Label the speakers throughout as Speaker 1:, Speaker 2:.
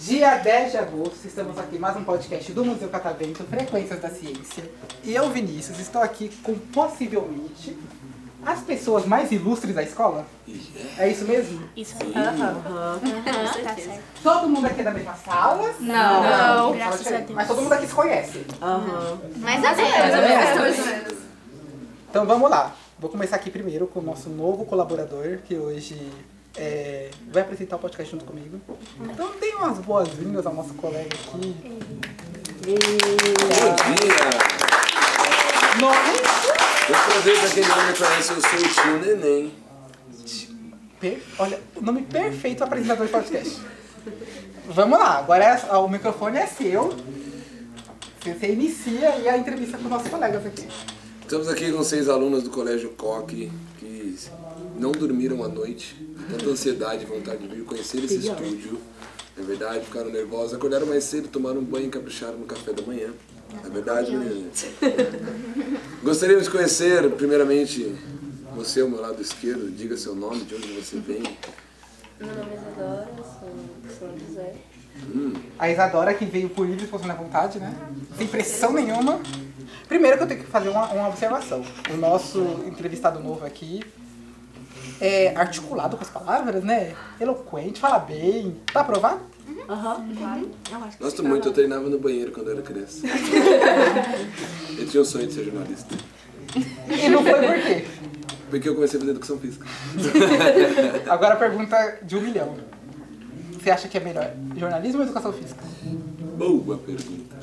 Speaker 1: Dia 10 de agosto, estamos aqui em mais um podcast do Museu Catavento, Frequências da Ciência. E eu, Vinícius, estou aqui com possivelmente as pessoas mais ilustres da escola. É isso mesmo?
Speaker 2: Isso aí. Aham.
Speaker 1: Todo mundo aqui é da mesma sala?
Speaker 2: Não. Não.
Speaker 1: Sala
Speaker 2: Graças
Speaker 1: diferente,
Speaker 2: a Deus.
Speaker 1: Mas todo mundo aqui se conhece.
Speaker 2: Mais ou menos.
Speaker 1: Então vamos lá. Vou começar aqui primeiro com o nosso novo colaborador, que hoje é, vai apresentar o podcast junto comigo. Então dê umas boas-vindas ao nosso colega aqui.
Speaker 3: Bom dia!
Speaker 1: Nós...
Speaker 3: Eu prazer pra quem não me conhece, eu sou o tio Neném.
Speaker 1: Per- Olha, o nome perfeito do apresentador de podcast. Vamos lá, agora é- o microfone é seu. Você inicia e a entrevista com os nossos colegas aqui.
Speaker 3: Estamos aqui com seis alunas do Colégio Coque que não dormiram a noite, de tanta ansiedade e vontade de vir conhecer esse estúdio. Na verdade, ficaram nervosas, acordaram mais cedo, tomaram um banho e capricharam no café da manhã. Na verdade, menina. Gostaríamos de conhecer, primeiramente, você ao meu lado esquerdo, diga seu nome, de onde você vem.
Speaker 4: Meu nome é Isadora, sou de São José.
Speaker 1: A Isadora, que veio por livre e espontânea vontade, né? Sem pressão nenhuma. Primeiro que eu tenho que fazer uma, uma observação. O nosso entrevistado novo aqui é articulado com as palavras, né? Eloquente, fala bem. Tá aprovado?
Speaker 3: Gosto muito, eu treinava no banheiro quando eu era criança. Eu tinha um sonho de ser jornalista.
Speaker 1: E não foi por quê?
Speaker 3: Porque eu comecei a fazer educação física.
Speaker 1: Agora a pergunta de um milhão. Você acha que é melhor jornalismo ou educação física?
Speaker 3: Boa pergunta.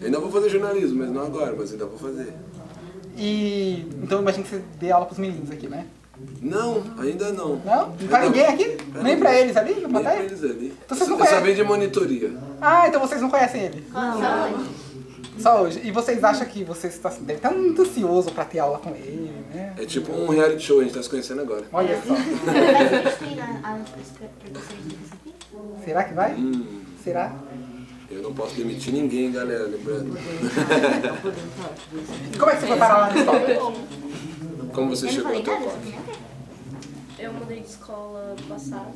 Speaker 3: Eu ainda vou fazer jornalismo, mas não agora, mas ainda vou fazer.
Speaker 1: E então imagina que você dê aula pros meninos aqui, né?
Speaker 3: Não, ainda não.
Speaker 1: Não? Não pra ninguém aqui?
Speaker 3: Pra
Speaker 1: Nem pra eles ali na
Speaker 3: Nem pra
Speaker 1: plateia?
Speaker 3: eles ali.
Speaker 1: Então vocês não
Speaker 3: eu só
Speaker 1: conhecem?
Speaker 3: vim de monitoria.
Speaker 1: Ah, então vocês não conhecem ele. Só hoje. E vocês acham que você está, deve estar muito ansioso pra ter aula com ele, né?
Speaker 3: É tipo um reality show, a gente tá se conhecendo agora.
Speaker 1: Olha só.
Speaker 4: Mas tem a aqui?
Speaker 1: Será que vai?
Speaker 3: Hum,
Speaker 1: Será?
Speaker 3: eu não posso demitir ninguém, galera, lembrando.
Speaker 1: E como é que você foi parar lá na escola?
Speaker 3: Como você chegou até o quarto?
Speaker 4: Eu mudei de escola ano passado.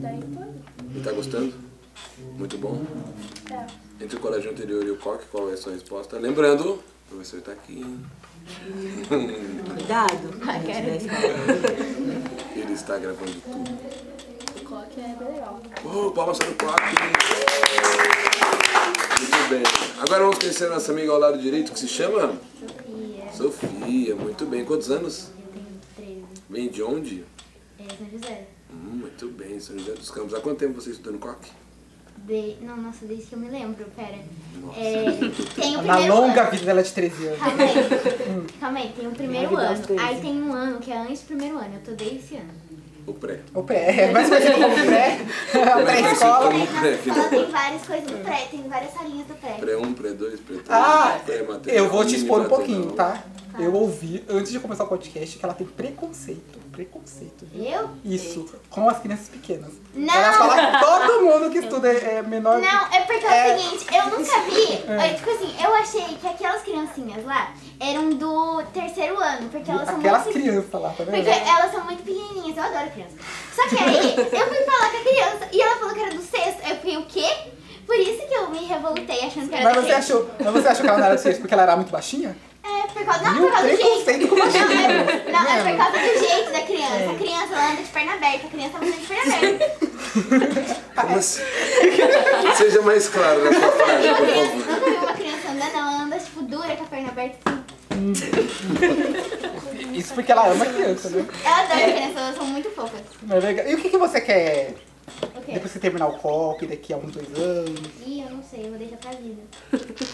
Speaker 4: Daí foi.
Speaker 3: E tá gostando? Muito bom.
Speaker 4: É.
Speaker 3: Entre o colégio anterior e o COC, qual é a sua resposta? Lembrando, o professor tá aqui.
Speaker 2: Cuidado.
Speaker 3: Ele está gravando tudo.
Speaker 4: O coque é bem legal.
Speaker 3: Oh, palmas para o Cláudio. Muito bem. Agora vamos conhecer a nossa amiga ao lado direito que se chama
Speaker 4: Sofia,
Speaker 3: Sofia. Muito bem. Quantos anos?
Speaker 4: é, eu tenho 13.
Speaker 3: Vem de onde?
Speaker 4: É São José.
Speaker 3: Hum, muito bem, São José dos Campos. Há quanto tempo você estudou no COC?
Speaker 4: De... Não, nossa, desde que eu me lembro, pera. É, tem o
Speaker 1: Na
Speaker 4: primeiro
Speaker 1: longa Hum.
Speaker 4: ano.
Speaker 1: vida dela de 13 anos.
Speaker 4: Calma aí. Calma aí, tem o primeiro
Speaker 2: Minha vida
Speaker 4: ano.
Speaker 2: aos 13.
Speaker 1: né?
Speaker 4: Aí tem um ano que é antes do primeiro ano. Eu tô desde esse ano.
Speaker 3: O pré.
Speaker 1: O pré, é mais conhecido como pré, a pré-escola.
Speaker 3: Como pré,
Speaker 4: Mas na escola
Speaker 3: filho?
Speaker 4: tem várias coisas do pré, tem várias salinhas do pré.
Speaker 3: Pré 1, pré 2, pré 3,
Speaker 1: Ah,
Speaker 3: pré É, material.
Speaker 1: eu vou te expor um pouquinho,
Speaker 3: material.
Speaker 1: tá? Eu ouvi, antes de começar o podcast, que ela tem preconceito. Preconceito.
Speaker 4: Eu?
Speaker 1: Isso, com as crianças pequenas.
Speaker 4: Não!
Speaker 1: Ela fala que todo mundo que estuda é é menor.
Speaker 4: Não, é porque é
Speaker 1: É.
Speaker 4: o seguinte, eu nunca vi. é, Tipo assim, eu achei que aquelas criancinhas lá eram do terceiro ano, porque elas são
Speaker 1: Aquelas
Speaker 4: muito.
Speaker 1: crianças lá, tá vendo?
Speaker 4: Porque é, elas são muito pequenininhas, eu adoro criança. Só que aí eu fui falar com a criança e ela falou que era do sexto. Eu fiquei o quê? Por isso que eu me revoltei achando que era
Speaker 1: Mas
Speaker 4: do
Speaker 1: você,
Speaker 4: sexto.
Speaker 1: achou, mas você achou que ela não era do sexto porque ela era muito baixinha?
Speaker 4: É, por causa. Não,
Speaker 1: Viu?
Speaker 4: por causa do
Speaker 1: Preconceito
Speaker 4: jeito.
Speaker 1: com
Speaker 4: Não,
Speaker 1: baixinha.
Speaker 4: é, não, é
Speaker 1: Não. É.
Speaker 4: por causa do jeito da criança. A criança ela anda de perna aberta, a criança anda de perna aberta.
Speaker 3: Como assim? Seja mais claro na sua frase,
Speaker 4: Eu
Speaker 3: por
Speaker 4: criança,
Speaker 3: favor.
Speaker 4: nunca vi uma criança andando, ela anda tipo dura com a perna aberta assim.
Speaker 1: Isso porque ela ama criança, né?
Speaker 4: Eu adoro crianças, elas são muito fofas.
Speaker 1: Não é legal. E o que, que você quer
Speaker 4: O quê?
Speaker 1: depois que você terminar o COP daqui a uns dois anos?
Speaker 4: Ih, eu não sei, eu vou deixar pra vida.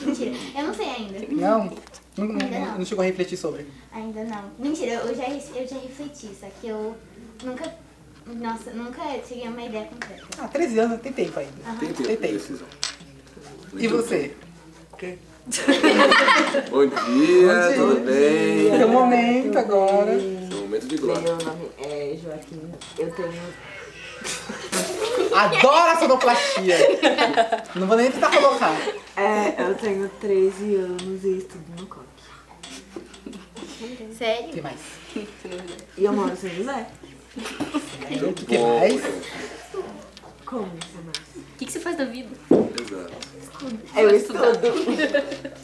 Speaker 4: Mentira, eu não sei ainda.
Speaker 1: Não? Não, não-
Speaker 4: Ainda não.
Speaker 1: não chegou a refletir sobre.
Speaker 4: Ainda não. Mentira, eu já, eu já refleti, só que eu nunca. Nossa, nunca cheguei a uma ideia concreta.
Speaker 1: Ah, 13 anos, tem tempo ainda.
Speaker 3: Tem tempo de
Speaker 1: Tem tempo.
Speaker 3: decisão.
Speaker 1: E você?
Speaker 3: Bom dia,
Speaker 1: Bom dia.
Speaker 3: tudo bem?
Speaker 1: Tem um momento agora.
Speaker 3: É um momento de glória.
Speaker 2: Meu nome é Joaquim. Eu tenho
Speaker 1: Adoro a sonoplastia. Não vou nem tentar colocar.
Speaker 5: É, eu tenho 13 anos e estudo no COC.
Speaker 4: Sério?
Speaker 1: que mais?
Speaker 5: E eu moro em São José.
Speaker 1: O que, que
Speaker 3: É Bom,
Speaker 1: mais?
Speaker 5: Como você mais?
Speaker 6: O que, que você faz da vida?
Speaker 3: Exato.
Speaker 5: Eu estudo.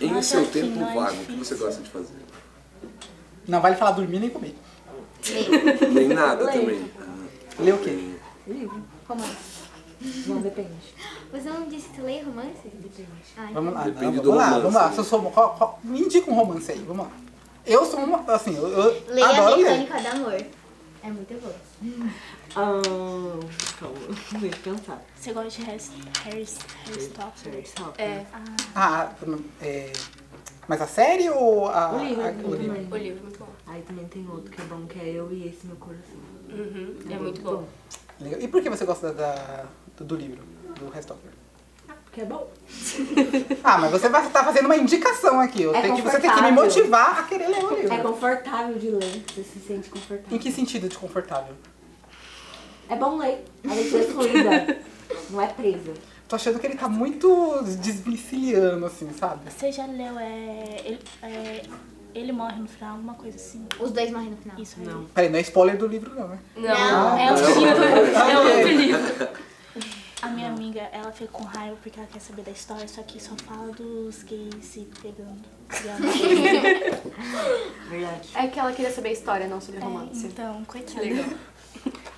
Speaker 3: Em seu tempo vago, o que você gosta de fazer?
Speaker 1: Não vale falar dormir nem comer.
Speaker 3: Nem nada também. Ah,
Speaker 1: Ler o quê?
Speaker 5: Livro.
Speaker 6: Romance.
Speaker 5: Não depende.
Speaker 4: Você não disse que você lê romance? Ai,
Speaker 1: Vamos lá,
Speaker 3: Depende
Speaker 1: vamos,
Speaker 3: do
Speaker 1: lá,
Speaker 3: romance,
Speaker 1: vamos lá.
Speaker 3: né?
Speaker 1: Se eu sou, qual- qual- me indica um romance aí, vamos lá. Eu sou uma, assim, eu, eu
Speaker 4: Leia
Speaker 1: adoro
Speaker 4: a
Speaker 1: ler.
Speaker 4: Britânica do Amor. É muito boa.
Speaker 5: Ahn. Ah, Calma, deixa eu pensar.
Speaker 6: Você gosta de Harry, Harry, Harry Potter? É,
Speaker 1: Ah, é, mas a série ou a...
Speaker 5: O livro,
Speaker 1: a-
Speaker 5: Ah, o livro
Speaker 6: o
Speaker 5: também.
Speaker 6: livro é muito bom.
Speaker 5: Aí também tem outro que é bom, que é Eu e Esse Meu Coração.
Speaker 6: Uhum, é, muito bom.
Speaker 1: Legal. E por que você gosta da, da- do, do livro, do Restopper?
Speaker 5: Porque é bom.
Speaker 1: Ah, mas você vai estar fazendo uma indicação aqui. Eu
Speaker 5: É
Speaker 1: tenho que, você tem que me
Speaker 5: confortável.
Speaker 1: motivar a querer ler o livro.
Speaker 5: É confortável de ler, você se sente confortável.
Speaker 1: Em que sentido de confortável?
Speaker 5: É bom ler, a leitura é fluida, não é presa.
Speaker 1: Tô achando que ele tá muito desvinciliano, assim, sabe?
Speaker 6: Você já leu, é ele, é, ele morre no final, alguma coisa assim?
Speaker 4: Os dois morrem no final.
Speaker 6: Isso,
Speaker 5: Não.
Speaker 1: Peraí, não é spoiler do livro, não, né?
Speaker 4: Não. um
Speaker 6: É
Speaker 3: Ah,
Speaker 6: outro livro. É
Speaker 1: Ok.
Speaker 6: outro livro. A minha amiga, ela fica com raiva porque ela quer saber da história, só que só fala dos gays se pegando. E ela-
Speaker 5: Verdade.
Speaker 2: É que ela queria saber a história, não sobre
Speaker 6: É,
Speaker 2: romance.
Speaker 6: então, coitada.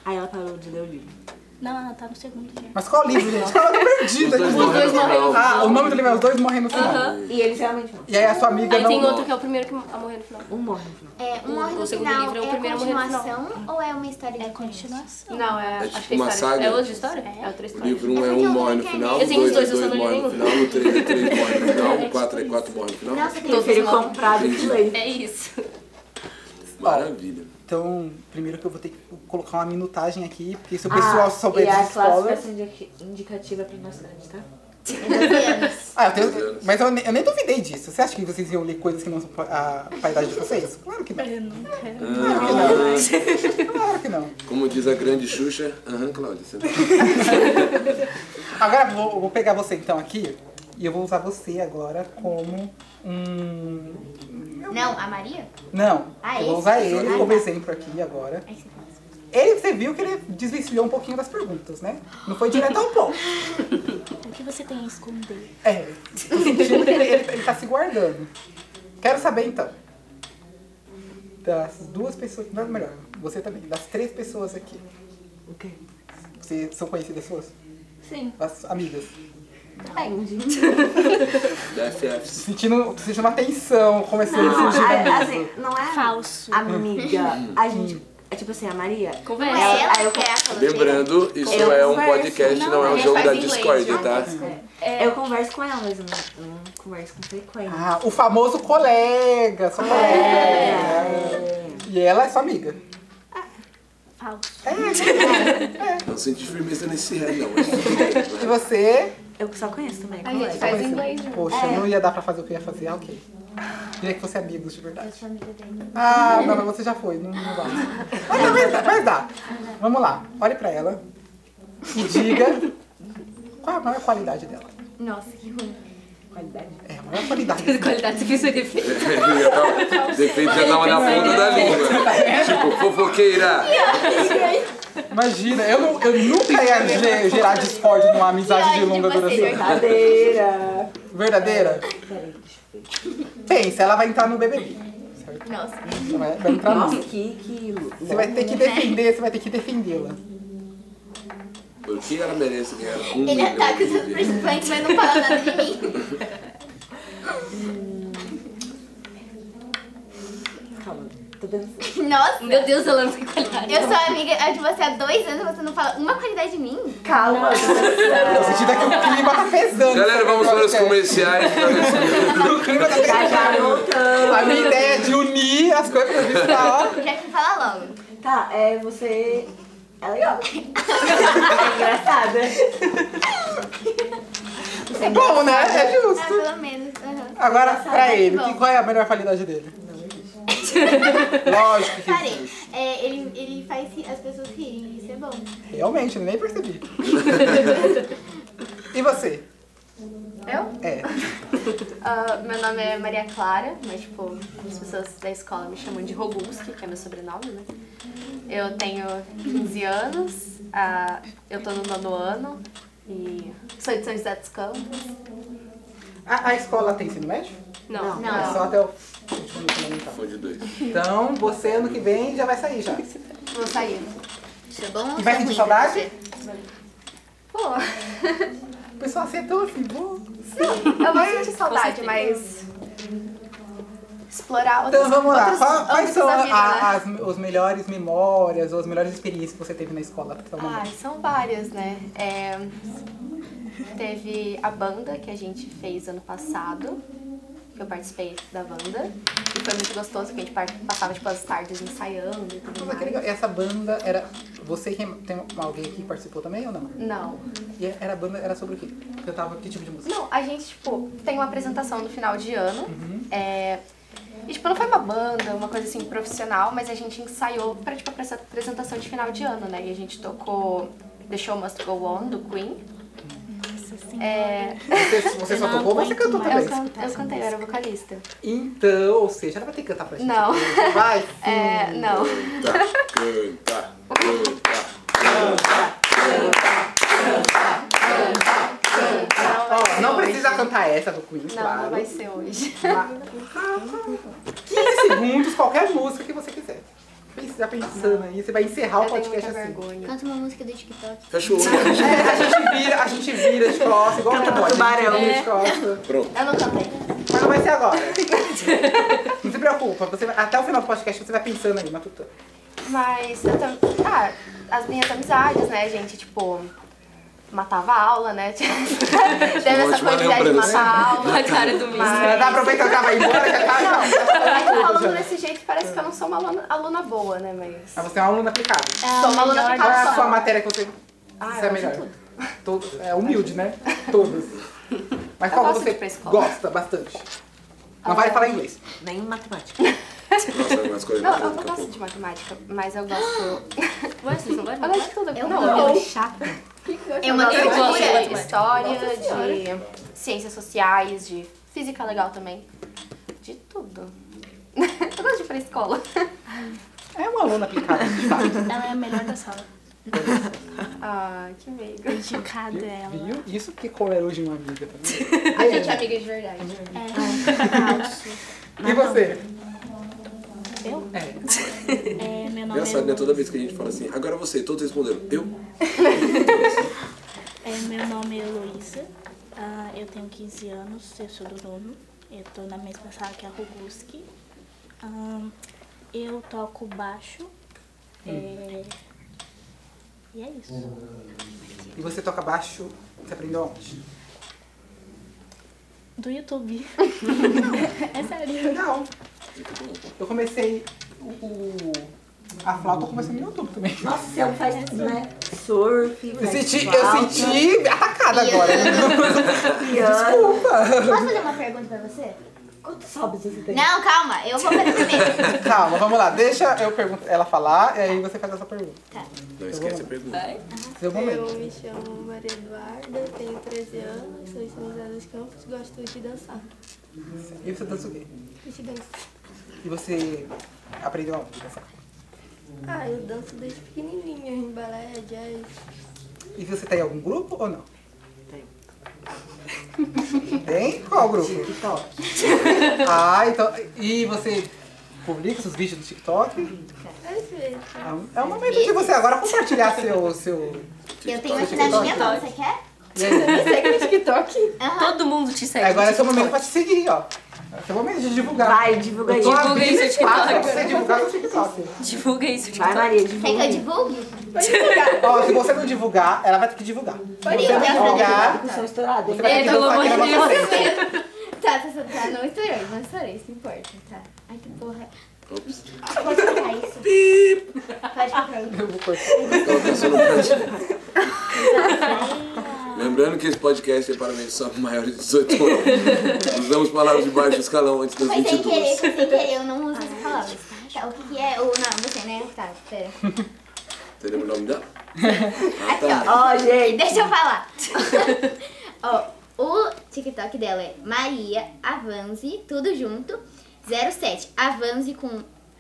Speaker 5: Aí ela parou de ler o livro.
Speaker 6: Não, ela tá no segundo já.
Speaker 1: Mas qual livro, gente? Ela tá perdida aqui.
Speaker 3: morrem no final.
Speaker 1: Ah, o nome do livro é Os Dois Morrem no Final.
Speaker 5: E eles realmente morrem.
Speaker 1: E aí a sua amiga
Speaker 6: Aí
Speaker 1: não...
Speaker 6: tem outro que é o primeiro que a morrer no final.
Speaker 5: Um morre no final.
Speaker 4: É, um
Speaker 6: O-
Speaker 4: morre no
Speaker 6: o segundo
Speaker 4: final
Speaker 6: livro é o
Speaker 4: é
Speaker 6: primeiro a morrer no final.
Speaker 4: continuação ou é uma história
Speaker 6: É
Speaker 4: diferente?
Speaker 6: continuação.
Speaker 2: Não, é.
Speaker 3: É
Speaker 2: acho
Speaker 3: tipo
Speaker 2: que é
Speaker 3: uma
Speaker 2: história.
Speaker 3: saga.
Speaker 2: É outra história?
Speaker 6: É.
Speaker 2: É outra
Speaker 3: O
Speaker 2: história.
Speaker 3: livro 1 um é
Speaker 4: porque eu
Speaker 3: um morre no
Speaker 4: vi na
Speaker 3: final,
Speaker 4: internet.
Speaker 6: Eu tenho os
Speaker 3: 2 é
Speaker 6: dois,
Speaker 3: 2
Speaker 6: eu só não
Speaker 3: morre
Speaker 6: li
Speaker 3: no
Speaker 6: nenhum.
Speaker 3: final, o 3 é 3 morre no final,
Speaker 6: É
Speaker 3: o 4 é
Speaker 6: tipo
Speaker 3: 4 morre no final.
Speaker 4: Nossa, tem
Speaker 5: Prefiro
Speaker 4: outros nomes.
Speaker 5: comprado que ler.
Speaker 6: É isso.
Speaker 3: Maravilha.
Speaker 1: Então, primeiro que eu vou ter que colocar uma minutagem aqui, porque se o pessoal souber
Speaker 5: Ah, e
Speaker 1: de
Speaker 5: a é assim.
Speaker 1: spoiler...
Speaker 5: classificação indica- indicativa é pra nossa idade, tá?
Speaker 1: Ah, eu
Speaker 3: Dois anos.
Speaker 1: tenho... Mas eu, ne- eu nem duvidei disso. Você acha que vocês iam ler coisas que não são pra, a, pra idade de vocês? Claro que não.
Speaker 6: Eu não quero.
Speaker 1: Claro que não. Claro que não.
Speaker 3: Como diz a grande Xuxa, aham, Cláudia, você
Speaker 1: Agora eu vou, eu vou pegar você então aqui e eu vou usar você agora como um.
Speaker 4: Não, a Maria?
Speaker 1: Não,
Speaker 4: Ah,
Speaker 1: eu vou
Speaker 4: esse?
Speaker 1: usar ele
Speaker 4: Ah,
Speaker 1: como
Speaker 4: tá.
Speaker 1: exemplo aqui
Speaker 6: É
Speaker 1: agora.
Speaker 4: Aí você fala assim.
Speaker 1: Ele, você viu que ele desvencilhou um pouquinho das perguntas, né? Não foi direto ao ponto.
Speaker 6: O que você tem a esconder?
Speaker 1: É, eu sentindo que ele, ele, ele tá se guardando. Quero saber então. Das duas pessoas. Não, melhor, você também. Das três pessoas aqui.
Speaker 5: O quê?
Speaker 1: Você são conhecidas suas?
Speaker 5: Sim.
Speaker 1: As amigas.
Speaker 5: É. Depende.
Speaker 3: da FFs.
Speaker 1: Sentindo, sentindo uma tensão, começando a surgir.
Speaker 5: a- assim, não é
Speaker 6: Falso.
Speaker 5: amiga. A gente. É tipo assim, a Maria.
Speaker 4: Não
Speaker 6: Conversa.
Speaker 4: é ela
Speaker 5: aí eu
Speaker 4: que é a faladeira?
Speaker 3: Lembrando, isso
Speaker 5: Eu
Speaker 3: é um
Speaker 5: converso.
Speaker 3: podcast, não, é
Speaker 6: Não,
Speaker 3: um
Speaker 6: a
Speaker 3: jogo
Speaker 2: gente
Speaker 3: da
Speaker 2: faz em
Speaker 3: Discord,
Speaker 2: inglês.
Speaker 3: tá?
Speaker 5: Ah, Eu converso com ela, mas eu não, eu não converso com frequência.
Speaker 1: Ah, o famoso colega,
Speaker 4: É.
Speaker 1: sua colega. E ela é sua amiga.
Speaker 4: Ah,
Speaker 1: É,
Speaker 6: Falso.
Speaker 3: Não senti firmeza nesse ré, não.
Speaker 1: E você?
Speaker 5: Eu só conheço também.
Speaker 2: A gente
Speaker 5: converso.
Speaker 2: faz em inglês. né?
Speaker 1: Poxa,
Speaker 4: É.
Speaker 1: não ia dar pra fazer o que eu ia fazer. Ah, ok. Queria que fosse amigos, de
Speaker 4: Eu
Speaker 1: verdade.
Speaker 4: sou amiga da Inês.
Speaker 1: Ah, não, mas você já foi, não, não vai. Mas, dá, mas, dá, mas dá. Vamos lá, olhe pra ela e diga qual é a maior qualidade dela.
Speaker 4: Nossa, que ruim.
Speaker 1: É, a maior qualidade.
Speaker 6: Qualidade, você pensou em defeito.
Speaker 3: Defeito um- já tava na ponta da língua. Tipo, fofoqueira.
Speaker 1: Imagina, eu, não, eu nunca ia ge- gerar discórdia numa amizade de longa
Speaker 5: tipo
Speaker 1: duração.
Speaker 5: Brincadeira.
Speaker 1: Verdadeira?
Speaker 5: assim, Peraí, deixa eu ver.
Speaker 1: Pensa, ela vai entrar no BBB. Certo?
Speaker 4: Nossa.
Speaker 1: Ela vai- vai entrar no
Speaker 5: Nossa, que, que louco.
Speaker 1: Você vai ter que defender, você vai ter que defendê-la.
Speaker 3: Por que ela merece ganhar um
Speaker 4: Ele é
Speaker 3: milhão
Speaker 4: ataca
Speaker 3: de
Speaker 4: os outros
Speaker 3: vezes?
Speaker 4: participantes, mas não fala nada de mim.
Speaker 5: Calma, tô pensando.
Speaker 4: Nossa.
Speaker 6: Meu Deus, ela não tem qualidade.
Speaker 4: Eu sou amiga de você há dois anos e você não fala uma qualidade de mim?
Speaker 5: Calma.
Speaker 1: No sentido é que o clima tá pesando.
Speaker 3: Galera, vamos para os
Speaker 1: comer.
Speaker 3: comerciais.
Speaker 1: O clima tá
Speaker 5: Já,
Speaker 1: pesando.
Speaker 5: já voltando.
Speaker 1: A minha ideia é de unir as coisas pra gente tá, ó.
Speaker 4: Já que fala logo.
Speaker 5: Tá, é você. É legal. é engraçada.
Speaker 1: É bom, né? É
Speaker 4: Ah,
Speaker 1: justo.
Speaker 4: pelo menos. aham.
Speaker 5: Tá
Speaker 1: Agora, pra ele, que- qual é a melhor qualidade dele? Lógico
Speaker 5: Tá
Speaker 1: que
Speaker 4: Parei.
Speaker 1: existe.
Speaker 4: É, ele, ele faz ri- as pessoas rirem, isso é bom.
Speaker 1: Realmente, nem percebi. e você?
Speaker 2: Eu?
Speaker 1: É.
Speaker 2: Ah, meu nome é Maria Clara, mas tipo, as pessoas da escola me chamam de Roguski, que é meu sobrenome, né? Eu tenho 15 anos, ah, eu tô no nono ano e sou de São José dos Campos.
Speaker 1: A, a escola tem ensino médio?
Speaker 2: Não,
Speaker 4: Não.
Speaker 1: É só até o último ano fundamental.
Speaker 3: Foi de dois.
Speaker 1: Então, você ano que vem já vai sair já. E
Speaker 2: vou sair.
Speaker 4: Isso é bom
Speaker 1: vai sentir saudade?
Speaker 2: Pô,
Speaker 1: O pessoal aceitou assim, bom.
Speaker 2: eu vou sentir saudade, mas explorar outros,
Speaker 1: Então vamos lá.
Speaker 2: outros
Speaker 1: Qual- Quais
Speaker 2: âmbitos
Speaker 1: são
Speaker 2: da vida, né?
Speaker 1: a- as, os melhores memórias ou as melhores experiências que você um- teve na escola até o
Speaker 2: Ai,
Speaker 1: momento?
Speaker 2: Ah, são várias, né? É, teve a banda que a gente fez ano passado, que eu participei da banda. E foi muito gostoso, que a gente par- passava tipo, as tardes ensaiando e tudo
Speaker 1: Nossa, que
Speaker 2: mais.
Speaker 1: legal. Essa banda era. Você e quem- tem alguém aqui que participou também ou não?
Speaker 2: Não.
Speaker 1: E era a banda era sobre o quê? Cantava que tipo de música?
Speaker 2: Não, a gente, tipo, tem uma apresentação no final de ano. É, e, tipo, não foi uma banda, uma coisa assim, profissional, mas a gente ensaiou pra, tipo, pra essa apresentação de final de ano, né? E a gente tocou The Show Must Go On, do Queen.
Speaker 6: Nossa senhora.
Speaker 2: É,
Speaker 1: Você, você só
Speaker 6: Não
Speaker 1: tocou ou você
Speaker 6: aguento
Speaker 1: cantou
Speaker 6: mais.
Speaker 1: também?
Speaker 2: eu, can- eu cantei, eu era vocalista.
Speaker 1: Então, ou seja, ela vai ter que cantar pra gente.
Speaker 2: Não.
Speaker 1: Vai sim.
Speaker 2: É,
Speaker 1: Hum,
Speaker 2: não.
Speaker 3: Tá, Canta, canta, canta.
Speaker 2: Não vai
Speaker 1: Ó,
Speaker 2: ser
Speaker 1: não
Speaker 2: hoje.
Speaker 1: precisa cantar essa do Queen,
Speaker 2: é Não,
Speaker 1: claro.
Speaker 2: não vai ser hoje.
Speaker 1: 15 segundos, qualquer música que você quiser. Pensa- Já pensando aí, você vai encerrar o
Speaker 2: eu tenho
Speaker 1: podcast
Speaker 2: muita
Speaker 1: assim.
Speaker 2: vergonha.
Speaker 4: Canta uma música do TikTok.
Speaker 3: Fecha o olho. né?
Speaker 1: É, a gente vira, a gente vira de costas, igual Canta do tubarão.
Speaker 2: É.
Speaker 1: de costas.
Speaker 3: Pronto.
Speaker 4: Tá
Speaker 2: Eu não cantei.
Speaker 1: Mas não vai ser agora. Não se preocupa, você vai- até o final do podcast você vai pensando aí, matutando.
Speaker 2: Mas eu também. Ah, as minhas amizades, né, gente? Tipo, matava a aula, né? Teve essa
Speaker 3: ótima
Speaker 2: quantidade de
Speaker 3: lembrança.
Speaker 2: matar a aula. A cara do
Speaker 1: Ela tá aproveitando que ela vai embora, que ela tá-
Speaker 2: falando desse jeito, parece que eu não sou uma aluna, aluna boa, né? Mas.
Speaker 1: Mas você é uma aluna aplicada.
Speaker 2: sou uma aluna
Speaker 1: Qual é a
Speaker 2: aplicada.
Speaker 1: sua matéria que você
Speaker 2: Ah,
Speaker 1: você é
Speaker 2: eu gosto
Speaker 1: melhor?
Speaker 2: de tudo.
Speaker 1: Todos, é humilde, né? Todos. Mas qual
Speaker 2: gosto de ir
Speaker 1: você
Speaker 2: pra escola.
Speaker 1: gosta bastante? Não vai falar inglês.
Speaker 5: Nem matemática.
Speaker 3: Nossa, umas coisas
Speaker 2: Não,
Speaker 3: mais
Speaker 2: eu não
Speaker 3: daqui a
Speaker 2: gosto
Speaker 3: pouco.
Speaker 2: de matemática, mas eu gosto. Eu gosto de tudo.
Speaker 4: Eu
Speaker 2: não,
Speaker 4: não.
Speaker 2: eu
Speaker 5: chata.
Speaker 4: É uma
Speaker 2: Eu gosto
Speaker 4: terapia.
Speaker 2: de história, de ciências sociais, de física legal também. De tudo. Eu gosto de ir pra escola.
Speaker 1: É uma aluna aplicada, de fato.
Speaker 6: Ela é a melhor da sala.
Speaker 2: Ah, que meio.
Speaker 6: Dedicada ela.
Speaker 1: Viu? Isso que colherou de uma amiga também.
Speaker 2: A gente é amiga de verdade.
Speaker 6: É,
Speaker 2: Ah,
Speaker 1: E você?
Speaker 6: Eu?
Speaker 1: É.
Speaker 6: É, meu nome
Speaker 3: Engraçado,
Speaker 6: é,
Speaker 3: né? Toda vez que a gente fala assim, agora você, todos responderam. Eu?
Speaker 6: é, meu nome é Heloísa. Ah, eu tenho 15 anos, eu sou do nono. Eu tô na mesma sala que a Roguski. Ah, eu toco baixo. É, e é isso.
Speaker 1: E você toca baixo, você aprendeu onde?
Speaker 6: Do YouTube. é sério.
Speaker 1: Não. Eu comecei o, o- a flauta, eu comecei no YouTube também.
Speaker 5: Nossa, você faz tudo, né? Surf,
Speaker 1: Eu senti, eu
Speaker 5: flauta,
Speaker 1: senti atacada agora. né?
Speaker 5: piano.
Speaker 4: Posso fazer uma pergunta pra você?
Speaker 5: Quantos hobbies você tem?
Speaker 4: Não, calma, eu vou fazer primeiro.
Speaker 1: Calma, vamos lá. Deixa eu perguntar, ela falar e aí você faz essa pergunta.
Speaker 3: Não esquece a pergunta.
Speaker 1: Seu momento.
Speaker 7: Eu me chamo Maria Eduarda, tenho 13 anos, sou estudante dos campos, gosto de dançar.
Speaker 1: E você dança o quê?
Speaker 7: E te danço.
Speaker 1: E você aprendeu aonde dançar?
Speaker 7: Ah, eu danço desde pequenininha, em balé, jazz.
Speaker 1: E você tá em algum grupo ou não? Tem. Tem? Qual grupo?
Speaker 5: TikTok.
Speaker 1: Ah, então. E você publica seus vídeos no TikTok?
Speaker 7: Às vezes.
Speaker 1: É um- É o momento de você agora compartilhar seu. seu...
Speaker 4: Eu tenho aqui na minha mão, você quer?
Speaker 1: E aí?
Speaker 8: Todo mundo te segue.
Speaker 1: Agora é seu momento pra te seguir, ó. É seu momento de divulgar.
Speaker 5: Vai, divulga aí.
Speaker 1: Eu tô
Speaker 8: Divulga
Speaker 1: abrindo
Speaker 8: aí seu
Speaker 1: espaço pra
Speaker 8: TikTok.
Speaker 1: você divulgar seu TikTok.
Speaker 8: Divulga isso. Tipo,
Speaker 5: Vai, Maria,
Speaker 4: Quer que
Speaker 5: divulga.
Speaker 4: eu divulgue?
Speaker 1: Ó, se você não divulgar, ela vai ter que divulgar. Se
Speaker 4: Pode
Speaker 1: você não divulgar,
Speaker 5: Divulga o seu estourado. hein?
Speaker 1: você vai ter que
Speaker 8: pelo
Speaker 1: divulgar
Speaker 8: amor de
Speaker 1: aquela
Speaker 8: Deus.
Speaker 4: Tá, tá, tá, tá, não estourei, não estourei, isso não importa, tá. Ai, que porra.
Speaker 3: Ops.
Speaker 4: Pode cortar isso. Pode cortar.
Speaker 1: Eu vou cortar.
Speaker 3: Então, pensou no podcast. Lembrando que esse podcast é para meninos só maiores de 18 anos. Usamos palavras de baixo escalão antes das
Speaker 4: Foi sem
Speaker 3: 22.
Speaker 4: querer, foi sem querer, eu não uso essa
Speaker 6: falar,
Speaker 3: gente.
Speaker 4: Tá, o que, que é? Ou não, você, né? Tá, pera.
Speaker 3: Você lembra o nome dela? Ah,
Speaker 4: Aqui,
Speaker 3: tá.
Speaker 4: ó. Ó, gente, deixa eu falar. ó, o TikTok dela é Maria Avanze, tudo junto, 07. Avanze com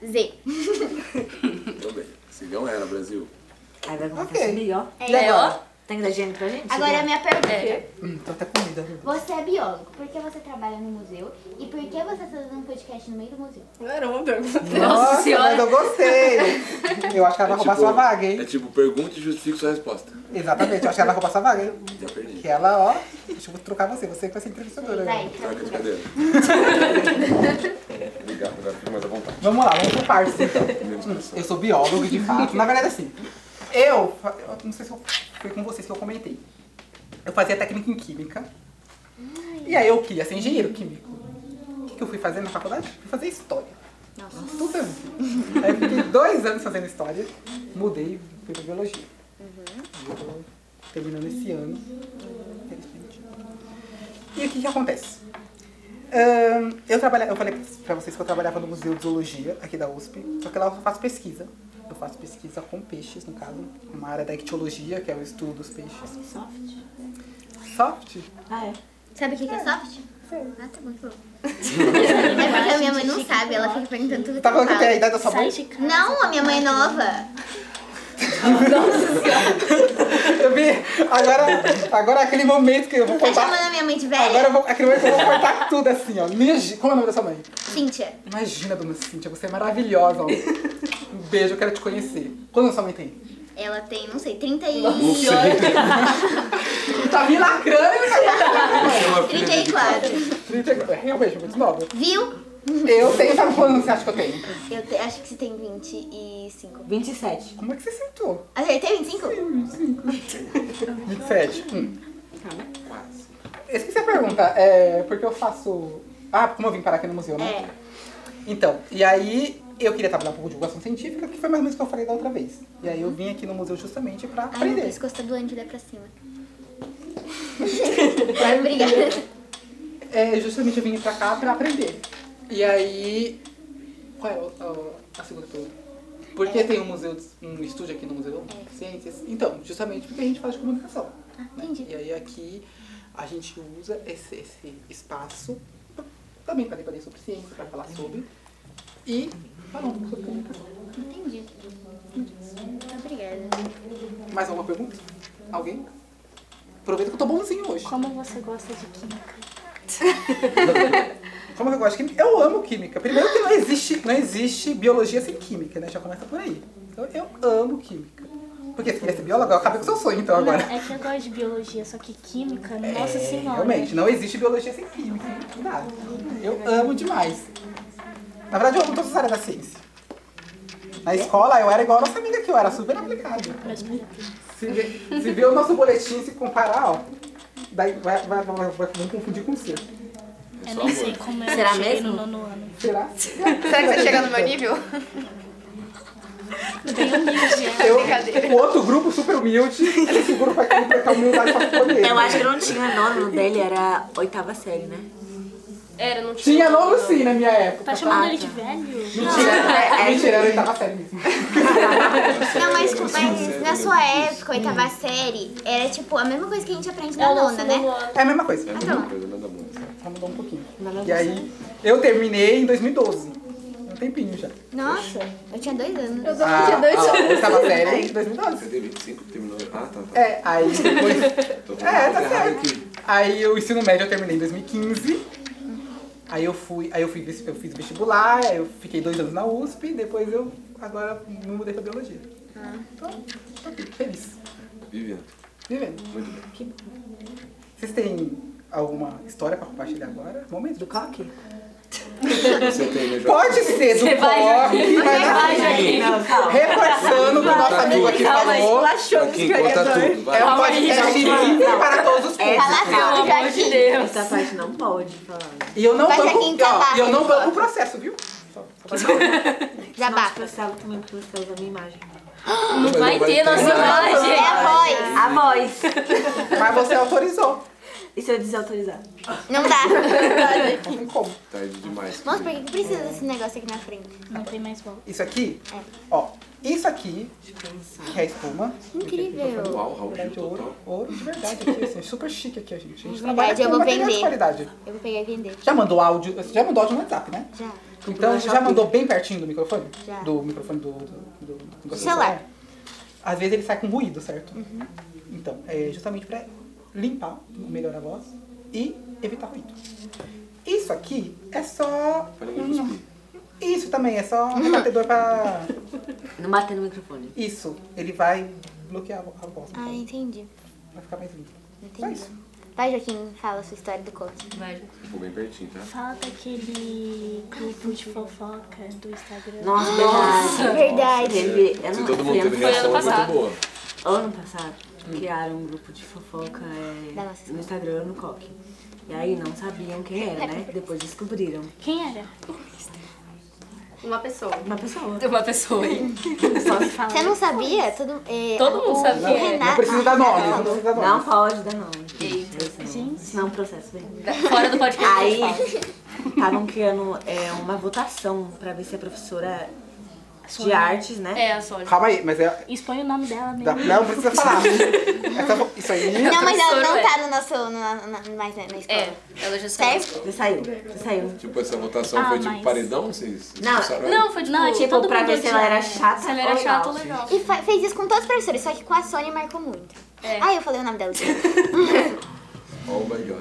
Speaker 4: Z.
Speaker 3: Tudo Então, bem. Sigam ela, Brasil.
Speaker 5: Aí vai contar
Speaker 1: Ok.
Speaker 5: sobre, ó.
Speaker 4: É,
Speaker 1: E agora?
Speaker 5: Tem que dar gênero pra gente?
Speaker 4: Agora a minha pergunta.
Speaker 1: Hum, tô até comida. viu?
Speaker 4: Você é biólogo, por que você trabalha no museu? E por que você tá fazendo um podcast no meio do museu?
Speaker 8: Não era uma pergunta.
Speaker 1: Nossa, mas eu gostei. Eu acho que ela vai roubar sua vaga,
Speaker 3: é
Speaker 1: hein?
Speaker 3: tipo, pergunte e justifique sua resposta.
Speaker 1: Exatamente, eu acho que ela vai roubar sua vaga, hein?
Speaker 3: Já perdi.
Speaker 1: Que ela, ó. Deixa eu vou trocar você, você que vai ser entrevistadora.
Speaker 4: Vai,
Speaker 1: né?
Speaker 3: Sabe que
Speaker 4: tá
Speaker 3: cadeira? Obrigado, agora fico mais à vontade.
Speaker 1: Vamos lá, vamos pro parça então.
Speaker 3: Menos pressão.
Speaker 1: Eu sou biólogo de fato. Na verdade, assim, eu, fa- eu não sei se eu, foi com vocês que eu comentei. Eu fazia técnica em química. E aí eu queria ser engenheiro químico. O que, que eu fui fazer na faculdade? Fui fazer história. Nossa. Tudo bem. Aí eu fiquei dois anos fazendo história, mudei fui pra biologia. E eu tô terminando esse ano. infelizmente. E o que, que acontece? Ahn, eu, trabalha, eu falei pra vocês que eu trabalhava no Museu de Zoologia, aqui da USP, só que lá eu faço pesquisa. Eu faço pesquisa com peixes, no caso, uma área da ictiologia, que é o estudo dos peixes.
Speaker 5: Soft.
Speaker 1: Soft?
Speaker 5: Ah, é.
Speaker 4: Sabe o que, que é soft? Ah, tá bom, tá bom. É porque a minha mãe não sabe, ela fica perguntando tudo que
Speaker 1: Tá
Speaker 4: eu
Speaker 1: falando que tem a
Speaker 4: falo.
Speaker 1: idade da sua
Speaker 6: Sai
Speaker 1: mãe?
Speaker 6: de casa.
Speaker 4: Não, a minha mãe é nova.
Speaker 1: Eu vi, agora, agora é aquele momento que eu vou
Speaker 4: Tá
Speaker 1: contar.
Speaker 4: chamando a minha mãe de
Speaker 1: Agora
Speaker 4: velha?
Speaker 1: eu vou, aquele momento que eu vou cortar tudo assim, ó. Minha Gi- Como é o nome da sua mãe?
Speaker 4: Cíntia.
Speaker 1: Imagina, dona Cíntia, você é maravilhosa. ó. Um beijo, eu quero te conhecer. Quando a sua mãe tem?
Speaker 4: Ela tem, não sei, 30 e...
Speaker 1: Tá me lacrando,
Speaker 3: Chama a filha dele de Clara.
Speaker 4: 34.
Speaker 1: É realmente muito nova.
Speaker 4: Viu?
Speaker 1: Eu tenho, sabe quantos anos você acha que eu tenho?
Speaker 4: Eu te- acho que você tem 25.
Speaker 5: 27.
Speaker 1: Como é que você sentou?
Speaker 4: Acertei 25?
Speaker 1: 27. Hum.
Speaker 4: Tá, né?
Speaker 1: Eu Esqueci a pergunta. É, porque eu faço... Ah, como eu vim parar aqui no museu, né?
Speaker 4: É.
Speaker 1: Então, e aí eu queria trabalhar um pouco de divulgação científica, que foi mais ou menos o que eu falei da outra vez. E aí eu vim aqui no museu justamente pra
Speaker 4: Ai, meu
Speaker 1: aprender.
Speaker 4: Deus, costa doente, dá pra cima. Vai, Obrigada.
Speaker 1: É, justamente eu vim pra cá pra aprender. E aí... Qual é o- a, a segunda pergunta? Por
Speaker 4: É.
Speaker 1: que tem um museu, de- um estúdio aqui no Museu de Ciências? Então, justamente porque a gente faz comunicação. né?
Speaker 4: Ah, entendi.
Speaker 1: E aí aqui a gente usa esse, esse espaço também para debater sobre ciência, para falar sobre. E falar um pouco sobre comunicação.
Speaker 4: Entendi. Obrigada.
Speaker 1: Mais alguma pergunta? Alguém? Aproveita que eu tô bonzinho hoje.
Speaker 6: Como você gosta de química?
Speaker 1: Como eu gosto de química? Eu amo química. Primeiro que não existe, não existe biologia sem química, né? Já começa por aí. Então eu amo química. Porque se queria ser bióloga, eu acabei com o seu sonho então agora.
Speaker 6: Não, é que eu gosto de biologia, só que química, nossa
Speaker 1: É,
Speaker 6: senhora.
Speaker 1: Realmente, não existe biologia sem química. não dá. Eu amo demais. Na verdade, eu amo todas as áreas da ciência. Na escola, eu era igual a nossa amiga aqui, eu era super aplicada.
Speaker 6: Mas, peraí,
Speaker 1: Se ver, se ver o nosso boletim se comparar, ó, daí vai, vai, vai, vai, vai vamos confundir com o seu.
Speaker 6: eu nem sei como eu
Speaker 5: Será
Speaker 6: cheguei
Speaker 5: mesmo?
Speaker 6: no nono ano.
Speaker 1: Será?
Speaker 2: Será que você chega no meu nível?
Speaker 6: Bem
Speaker 2: um
Speaker 6: humilde, é.
Speaker 1: Eu,
Speaker 2: Brincadeira.
Speaker 1: o outro grupo super humilde, esse grupo vai completar humildade pra poder.
Speaker 5: Eu acho que não tinha nono dele, era oitava série, né?
Speaker 8: Era, não tinha.
Speaker 1: Tinha novo sim na minha época.
Speaker 6: Tá chamando ele de velho?
Speaker 1: Mentira,
Speaker 5: é- é-
Speaker 1: mentira, era oitava série mesmo.
Speaker 4: Não, é mas, mas na sua época, oitava série, era tipo a mesma coisa que a gente aprende na nona, né?
Speaker 1: É a mesma coisa.
Speaker 3: Não, coisa nada muito.
Speaker 1: Só mudou um pouquinho. E aí, eu terminei em 2012. Um tempinho já. Ah,
Speaker 4: Nossa, eu tinha dois anos.
Speaker 7: Eu só podia dois
Speaker 1: a
Speaker 7: anos.
Speaker 1: oitava série em 2012.
Speaker 3: Você tem 25, terminou. Ah, tá, tá.
Speaker 1: É, aí depois...
Speaker 3: Tô com
Speaker 1: É, tá
Speaker 3: errado
Speaker 1: certo.
Speaker 3: aqui.
Speaker 1: Aí o ensino médio eu terminei em 2015. Aí eu fui, aí eu fui, vis- eu fiz vestibular, aí eu fiquei dois anos na USP, depois eu agora me mudei pra biologia. Então, tô aqui, feliz,
Speaker 3: Vivian,
Speaker 1: vivendo.
Speaker 3: muito bem.
Speaker 1: Vocês têm alguma história pra compartilhar agora? Momento do coque?
Speaker 3: Você tem, né, João?
Speaker 1: Pode ser do coque, mas assim, reforçando o que o nosso
Speaker 3: Tá
Speaker 1: amigo aqui falou.
Speaker 3: Joaquim, conta Tá tudo. Vai.
Speaker 1: É um podcast livre para todos os públicos.
Speaker 4: Fala tudo, Joaquim.
Speaker 5: Essa parte não pode falar.
Speaker 1: E eu não
Speaker 4: Faz
Speaker 1: banco,
Speaker 4: aqui em Tabata,
Speaker 1: ó, e eu não
Speaker 4: ele
Speaker 1: banco o processo, viu? Só- só pra dizer.
Speaker 5: Não te
Speaker 4: Desabafa.
Speaker 5: cancela também, porque você tá usando a minha imagem.
Speaker 8: Não
Speaker 7: né,
Speaker 8: vai ter nossa
Speaker 4: É
Speaker 8: imagem.
Speaker 4: a voz.
Speaker 5: A voz.
Speaker 1: Mas você autorizou.
Speaker 9: E se eu desautorizar?
Speaker 4: Não dá.
Speaker 1: Não tem como.
Speaker 3: Tarde Tá demais.
Speaker 4: Moço, por que que precisa desse negócio aqui na frente?
Speaker 6: Não tem mais volta.
Speaker 1: Isso aqui, ó, isso aqui, que é a espuma. é
Speaker 4: Incrível.
Speaker 3: Uau, Raul Gil
Speaker 1: De ouro,
Speaker 3: total.
Speaker 1: ouro de verdade aqui, assim, super chique aqui, a gente. A gente trabalha
Speaker 4: verdade, eu
Speaker 1: com
Speaker 4: vou
Speaker 1: material de
Speaker 4: vender.
Speaker 1: qualidade.
Speaker 4: Eu vou pegar e vender.
Speaker 1: Já mandou áudio, você já mandou áudio no WhatsApp, né?
Speaker 4: Já.
Speaker 1: Então você já mandou bem pertinho do microfone?
Speaker 4: Tipo, Já.
Speaker 1: Do microfone do, do, do, do- do
Speaker 4: Celular.
Speaker 1: Às vezes ele sai com ruído, certo?
Speaker 4: Uhum.
Speaker 1: Então, é justamente pra limpar, melhorar a voz e evitar ruído. Isso aqui é só. um- Isso também, é só um rebatedor pra.
Speaker 5: Não bate no microfone.
Speaker 1: Isso. Ele vai bloquear a vo- a voz.
Speaker 4: Ah,
Speaker 1: então.
Speaker 4: entendi.
Speaker 1: Vai ficar mais limpo. Só
Speaker 4: Entendi.
Speaker 1: isso.
Speaker 4: Vai, Joaquim, fala a sua história do coach.
Speaker 5: Vai.
Speaker 3: Ficou bem pertinho, tá?
Speaker 6: Fala daquele grupo de fofoca do Instagram.
Speaker 5: Nossa, verdade.
Speaker 4: Verdade.
Speaker 5: Teve, eu
Speaker 3: Se
Speaker 5: não
Speaker 3: todo mundo teve
Speaker 5: lembro, foi
Speaker 3: reação,
Speaker 5: ano
Speaker 3: muito
Speaker 5: passado.
Speaker 3: boa.
Speaker 5: Ano passado, criaram um grupo de fofoca é,
Speaker 4: Da nossa escola.
Speaker 5: no Instagram, no Coque. E aí não sabiam quem era, né? Depois descobriram.
Speaker 6: Quem era?
Speaker 10: Uma pessoa.
Speaker 5: Uma pessoa.
Speaker 2: Uma pessoa aí.
Speaker 4: Você não sabia? Todo, é,
Speaker 2: Todo
Speaker 4: o-
Speaker 2: mundo sabia.
Speaker 4: O Renato.
Speaker 1: Não precisa dar nome, não precisa dar
Speaker 5: Não
Speaker 1: nome.
Speaker 5: pode dar nome. Gente. Não, processo vem.
Speaker 2: Fora do podcast.
Speaker 5: Aí
Speaker 2: a gente fala.
Speaker 5: estavam criando é, uma votação pra ver se a professora de artes, né?
Speaker 2: É, a Sônia.
Speaker 1: Calma aí, mas é.
Speaker 6: Expõe o nome dela mesmo.
Speaker 1: dá- Não precisa falar. É só- Isso aí.
Speaker 4: Não, mas ela não
Speaker 2: Professor,
Speaker 4: tá no nosso. no- na- na- mais na, na escola.
Speaker 2: É, ela já saiu.
Speaker 4: Certo?
Speaker 5: Você saiu, você saiu.
Speaker 3: Tipo, essa votação
Speaker 6: Ah,
Speaker 3: foi tipo
Speaker 6: mas-
Speaker 3: paredão? Vocês vocês
Speaker 5: Não,
Speaker 3: pensaram,
Speaker 2: Não, foi de
Speaker 6: Não,
Speaker 2: boa.
Speaker 6: tipo,
Speaker 5: Tipo,
Speaker 6: Todo
Speaker 5: pra
Speaker 6: mundo
Speaker 5: ver se ela era
Speaker 6: tinha-
Speaker 5: chata
Speaker 2: Se ela era
Speaker 5: ou
Speaker 2: chata,
Speaker 5: legal.
Speaker 2: legal.
Speaker 4: E fa- fez isso com todos os professores, só que com a Sônia marcou muito.
Speaker 2: É.
Speaker 4: Ah, eu falei o nome dela.
Speaker 3: Oh my god.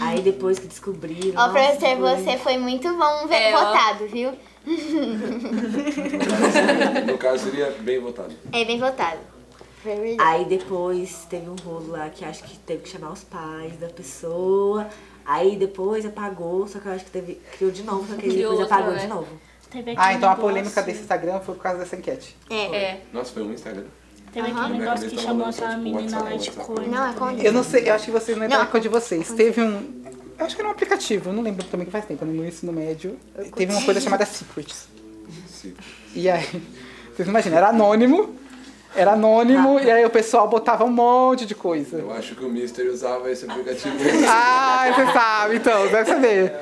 Speaker 5: Aí depois que descobriram...
Speaker 4: Ó,
Speaker 5: nossa,
Speaker 4: professor,
Speaker 5: foi-
Speaker 4: você foi muito bom ve-
Speaker 2: É, ó.
Speaker 4: votado, viu?
Speaker 3: No caso, seria bem votado.
Speaker 4: É bem votado. Ah, Foi verdade.
Speaker 5: Aí depois teve um rolo lá que acho que teve que chamar os pais da pessoa. Aí depois apagou, só que eu acho que teve, criou de novo, só que aí
Speaker 2: Criou
Speaker 5: depois
Speaker 2: outra,
Speaker 5: apagou
Speaker 2: né?
Speaker 5: de novo.
Speaker 6: Teve
Speaker 1: Ah,
Speaker 6: aquele
Speaker 1: então a
Speaker 6: negócio-
Speaker 1: polêmica desse Instagram foi por causa dessa enquete.
Speaker 4: É.
Speaker 2: É.
Speaker 3: Nossa, foi um Instagram.
Speaker 6: Teve
Speaker 4: Aham.
Speaker 6: aquele negócio que
Speaker 3: Tava
Speaker 6: chamou
Speaker 3: rolando,
Speaker 6: aquela
Speaker 3: tipo,
Speaker 6: menina lá
Speaker 3: WhatsApp,
Speaker 6: de
Speaker 3: WhatsApp.
Speaker 6: corno.
Speaker 4: Não, é com
Speaker 1: Eu não sei, eu acho que vocês não entraram
Speaker 4: Não.
Speaker 1: com a de vocês. Teve um. Eu acho que era um aplicativo, eu não lembro também que faz tempo, né, no ensino médio. Teve uma coisa chamada Secrets.
Speaker 3: Sim.
Speaker 1: E aí, vocês imaginam, era anônimo, era anônimo, e aí o pessoal botava um monte de coisa.
Speaker 3: Eu acho que o Mister usava esse aplicativo.
Speaker 1: Ah, você sabe, então, deve saber.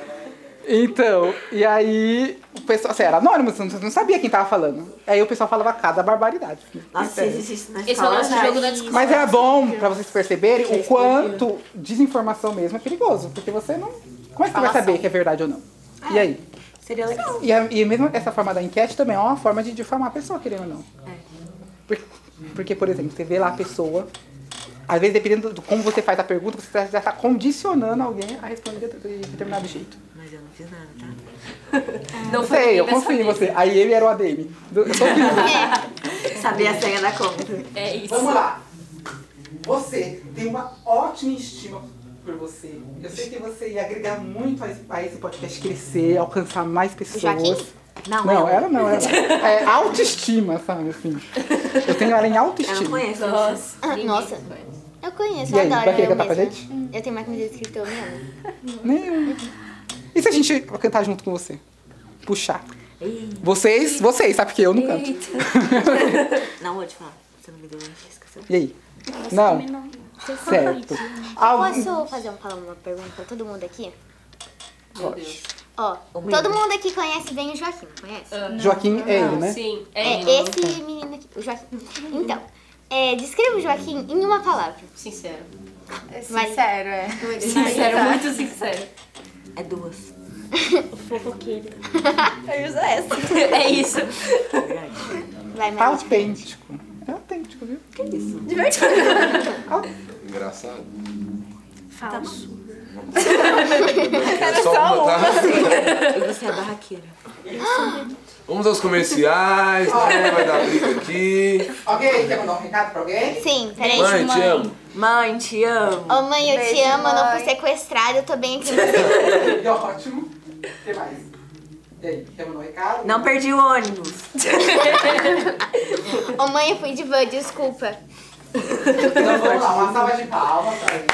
Speaker 1: Então, e aí, o pessoal, assim, era anônimo, você não- você não sabia quem tava falando. Aí o pessoal falava cada barbaridade.
Speaker 5: Nossa, isso existe na
Speaker 2: Esse é o
Speaker 5: escola.
Speaker 2: lance do
Speaker 5: né?
Speaker 2: jogo da discussão.
Speaker 1: Mas é bom pra vocês perceberem o
Speaker 5: Vocês
Speaker 1: quanto desinformação mesmo é perigoso, porque você não. Como é que você vai saber que é verdade ou não? E aí?
Speaker 5: Seria legal.
Speaker 1: E, a- e mesmo essa forma da enquete também é uma forma de difamar a pessoa, querendo ou não.
Speaker 2: É.
Speaker 1: Por- Porque, por exemplo, você vê lá a pessoa, às vezes dependendo do como você faz a pergunta, você já está condicionando alguém a responder de de determinado jeito.
Speaker 5: Mas eu não fiz nada, tá?
Speaker 2: Não
Speaker 1: Eu
Speaker 2: foi ninguém
Speaker 1: sei, eu
Speaker 2: dessa
Speaker 1: confio em
Speaker 2: vez.
Speaker 1: você. Aí ele era o ADM. Do- Eu tô vivo.
Speaker 5: Sabia É a senha da conta.
Speaker 2: É isso.
Speaker 1: Vamos lá. Você tem uma ótima estima por você. Eu sei que você ia agregar muito a esse, a esse podcast crescer, alcançar mais pessoas.
Speaker 4: Joaquim?
Speaker 5: Não,
Speaker 1: Não,
Speaker 5: eu,
Speaker 1: ela não, ela. É autoestima, sabe, assim. Eu tenho ela em
Speaker 5: eu não
Speaker 1: autoestima.
Speaker 5: conheço.
Speaker 2: Nossa.
Speaker 4: Ah, Nossa. Eu conheço,
Speaker 1: E
Speaker 4: eu
Speaker 1: aí,
Speaker 4: adoro
Speaker 1: vai querer
Speaker 4: eu
Speaker 1: cantar pra
Speaker 4: mesma.
Speaker 1: gente?
Speaker 4: Eu tenho mais que me descritor mesmo.
Speaker 1: Nenhum. E se a gente cantar junto com você? Puxar.
Speaker 5: Ih,
Speaker 1: Vocês, vocês, sabe que eu não canto.
Speaker 5: não vou te falar. Você não me deu, esqueceu.
Speaker 1: E aí? Não,
Speaker 6: Também não. Vocês são né?
Speaker 1: certo.
Speaker 6: doidos.
Speaker 1: Algum...
Speaker 4: Posso fazer um, falar uma pergunta pra todo mundo aqui?
Speaker 2: Meu Deus.
Speaker 4: Ó, todo mundo aqui conhece bem o Joaquim, não conhece?
Speaker 1: Joaquim é ele, né?
Speaker 2: Sim.
Speaker 4: É,
Speaker 2: É,
Speaker 4: esse menino aqui, o Joaquim. Então, é, descreva o Joaquim em uma palavra.
Speaker 2: Sincero.
Speaker 10: É
Speaker 4: Mas-
Speaker 10: sincero, é.
Speaker 2: Sincero, muito sincero.
Speaker 5: É duas.
Speaker 6: Fofoqueiro.
Speaker 2: É isso.
Speaker 4: Vai, Maria.
Speaker 1: Autêntico. É autêntico, viu?
Speaker 3: Engraçado.
Speaker 6: Falso.
Speaker 3: Tá Era só uma, tá?
Speaker 5: E você é barraqueira.
Speaker 3: Vamos aos comerciais, né? Vai dar briga aqui.
Speaker 1: Alguém quer mandar um recado pra alguém?
Speaker 4: Sim, peraí.
Speaker 3: Mãe, te amo.
Speaker 5: Mãe, te amo.
Speaker 4: Ô mãe, eu te
Speaker 10: Beijo,
Speaker 4: amo, eu não
Speaker 10: mãe.
Speaker 4: fui sequestrada, eu tô bem aqui. Você
Speaker 1: E é ótimo. O que mais? E aí, quer mandar um recado?
Speaker 5: Não perdi o ônibus.
Speaker 4: Ô mãe, eu fui de van, desculpa.
Speaker 1: tá? Então vamos lá, uma salva de palmas pra ele.